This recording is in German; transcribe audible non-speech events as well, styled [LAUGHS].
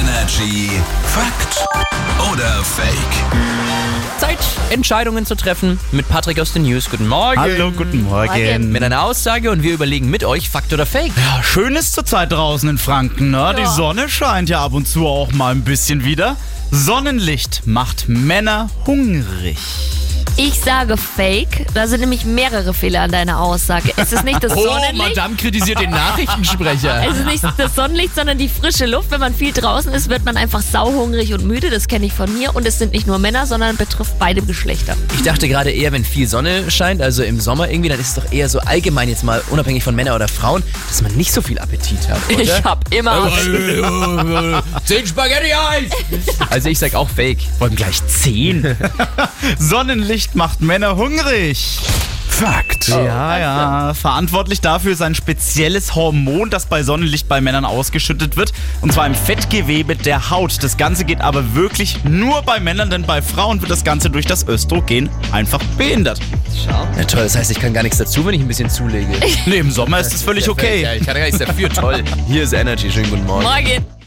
Energy Fakt oder Fake? Zeit, Entscheidungen zu treffen mit Patrick aus den News. Guten Morgen. Hallo, guten Morgen. Mit einer Aussage und wir überlegen mit euch, Fakt oder Fake. Ja, schön ist zurzeit draußen in Franken, ne? Die Sonne scheint ja ab und zu auch mal ein bisschen wieder. Sonnenlicht macht Männer hungrig. Ich sage Fake. Da sind nämlich mehrere Fehler an deiner Aussage. Es ist [LAUGHS] nicht das Oh, Sonnenlicht. kritisiert den Nachrichtensprecher. Es ist nicht das Sonnenlicht, sondern die frische Luft. Wenn man viel draußen ist, wird man einfach sauhungrig und müde. Das kenne ich von mir. Und es sind nicht nur Männer, sondern betrifft beide Geschlechter. [LAUGHS] Ich dachte gerade eher, wenn viel Sonne scheint, also im Sommer irgendwie, dann ist es doch eher so allgemein jetzt mal, unabhängig von Männern oder Frauen, dass man nicht so viel Appetit hat, oder? Ich hab immer Also- [LAUGHS] Appetit. Zehn Spaghetti Eis! Also ich sag auch Fake. Wollen gleich zehn? Sonnenlicht macht Männer hungrig. Fakt. Ja, ja. Verantwortlich dafür ist ein spezielles Hormon, das bei Sonnenlicht bei Männern ausgeschüttet wird. Und zwar im Fettgewebe der Haut. Das Ganze geht aber wirklich nur bei Männern, denn bei Frauen wird das Ganze durch das Östrogen einfach [LAUGHS] behindert. Na toll, das heißt, ich kann gar nichts dazu, wenn ich ein bisschen zulege. Nee, im Sommer ist das völlig okay. Ja, ich kann gar nichts dafür. Toll. Hier ist Energy. Schönen guten Morgen. Morgen.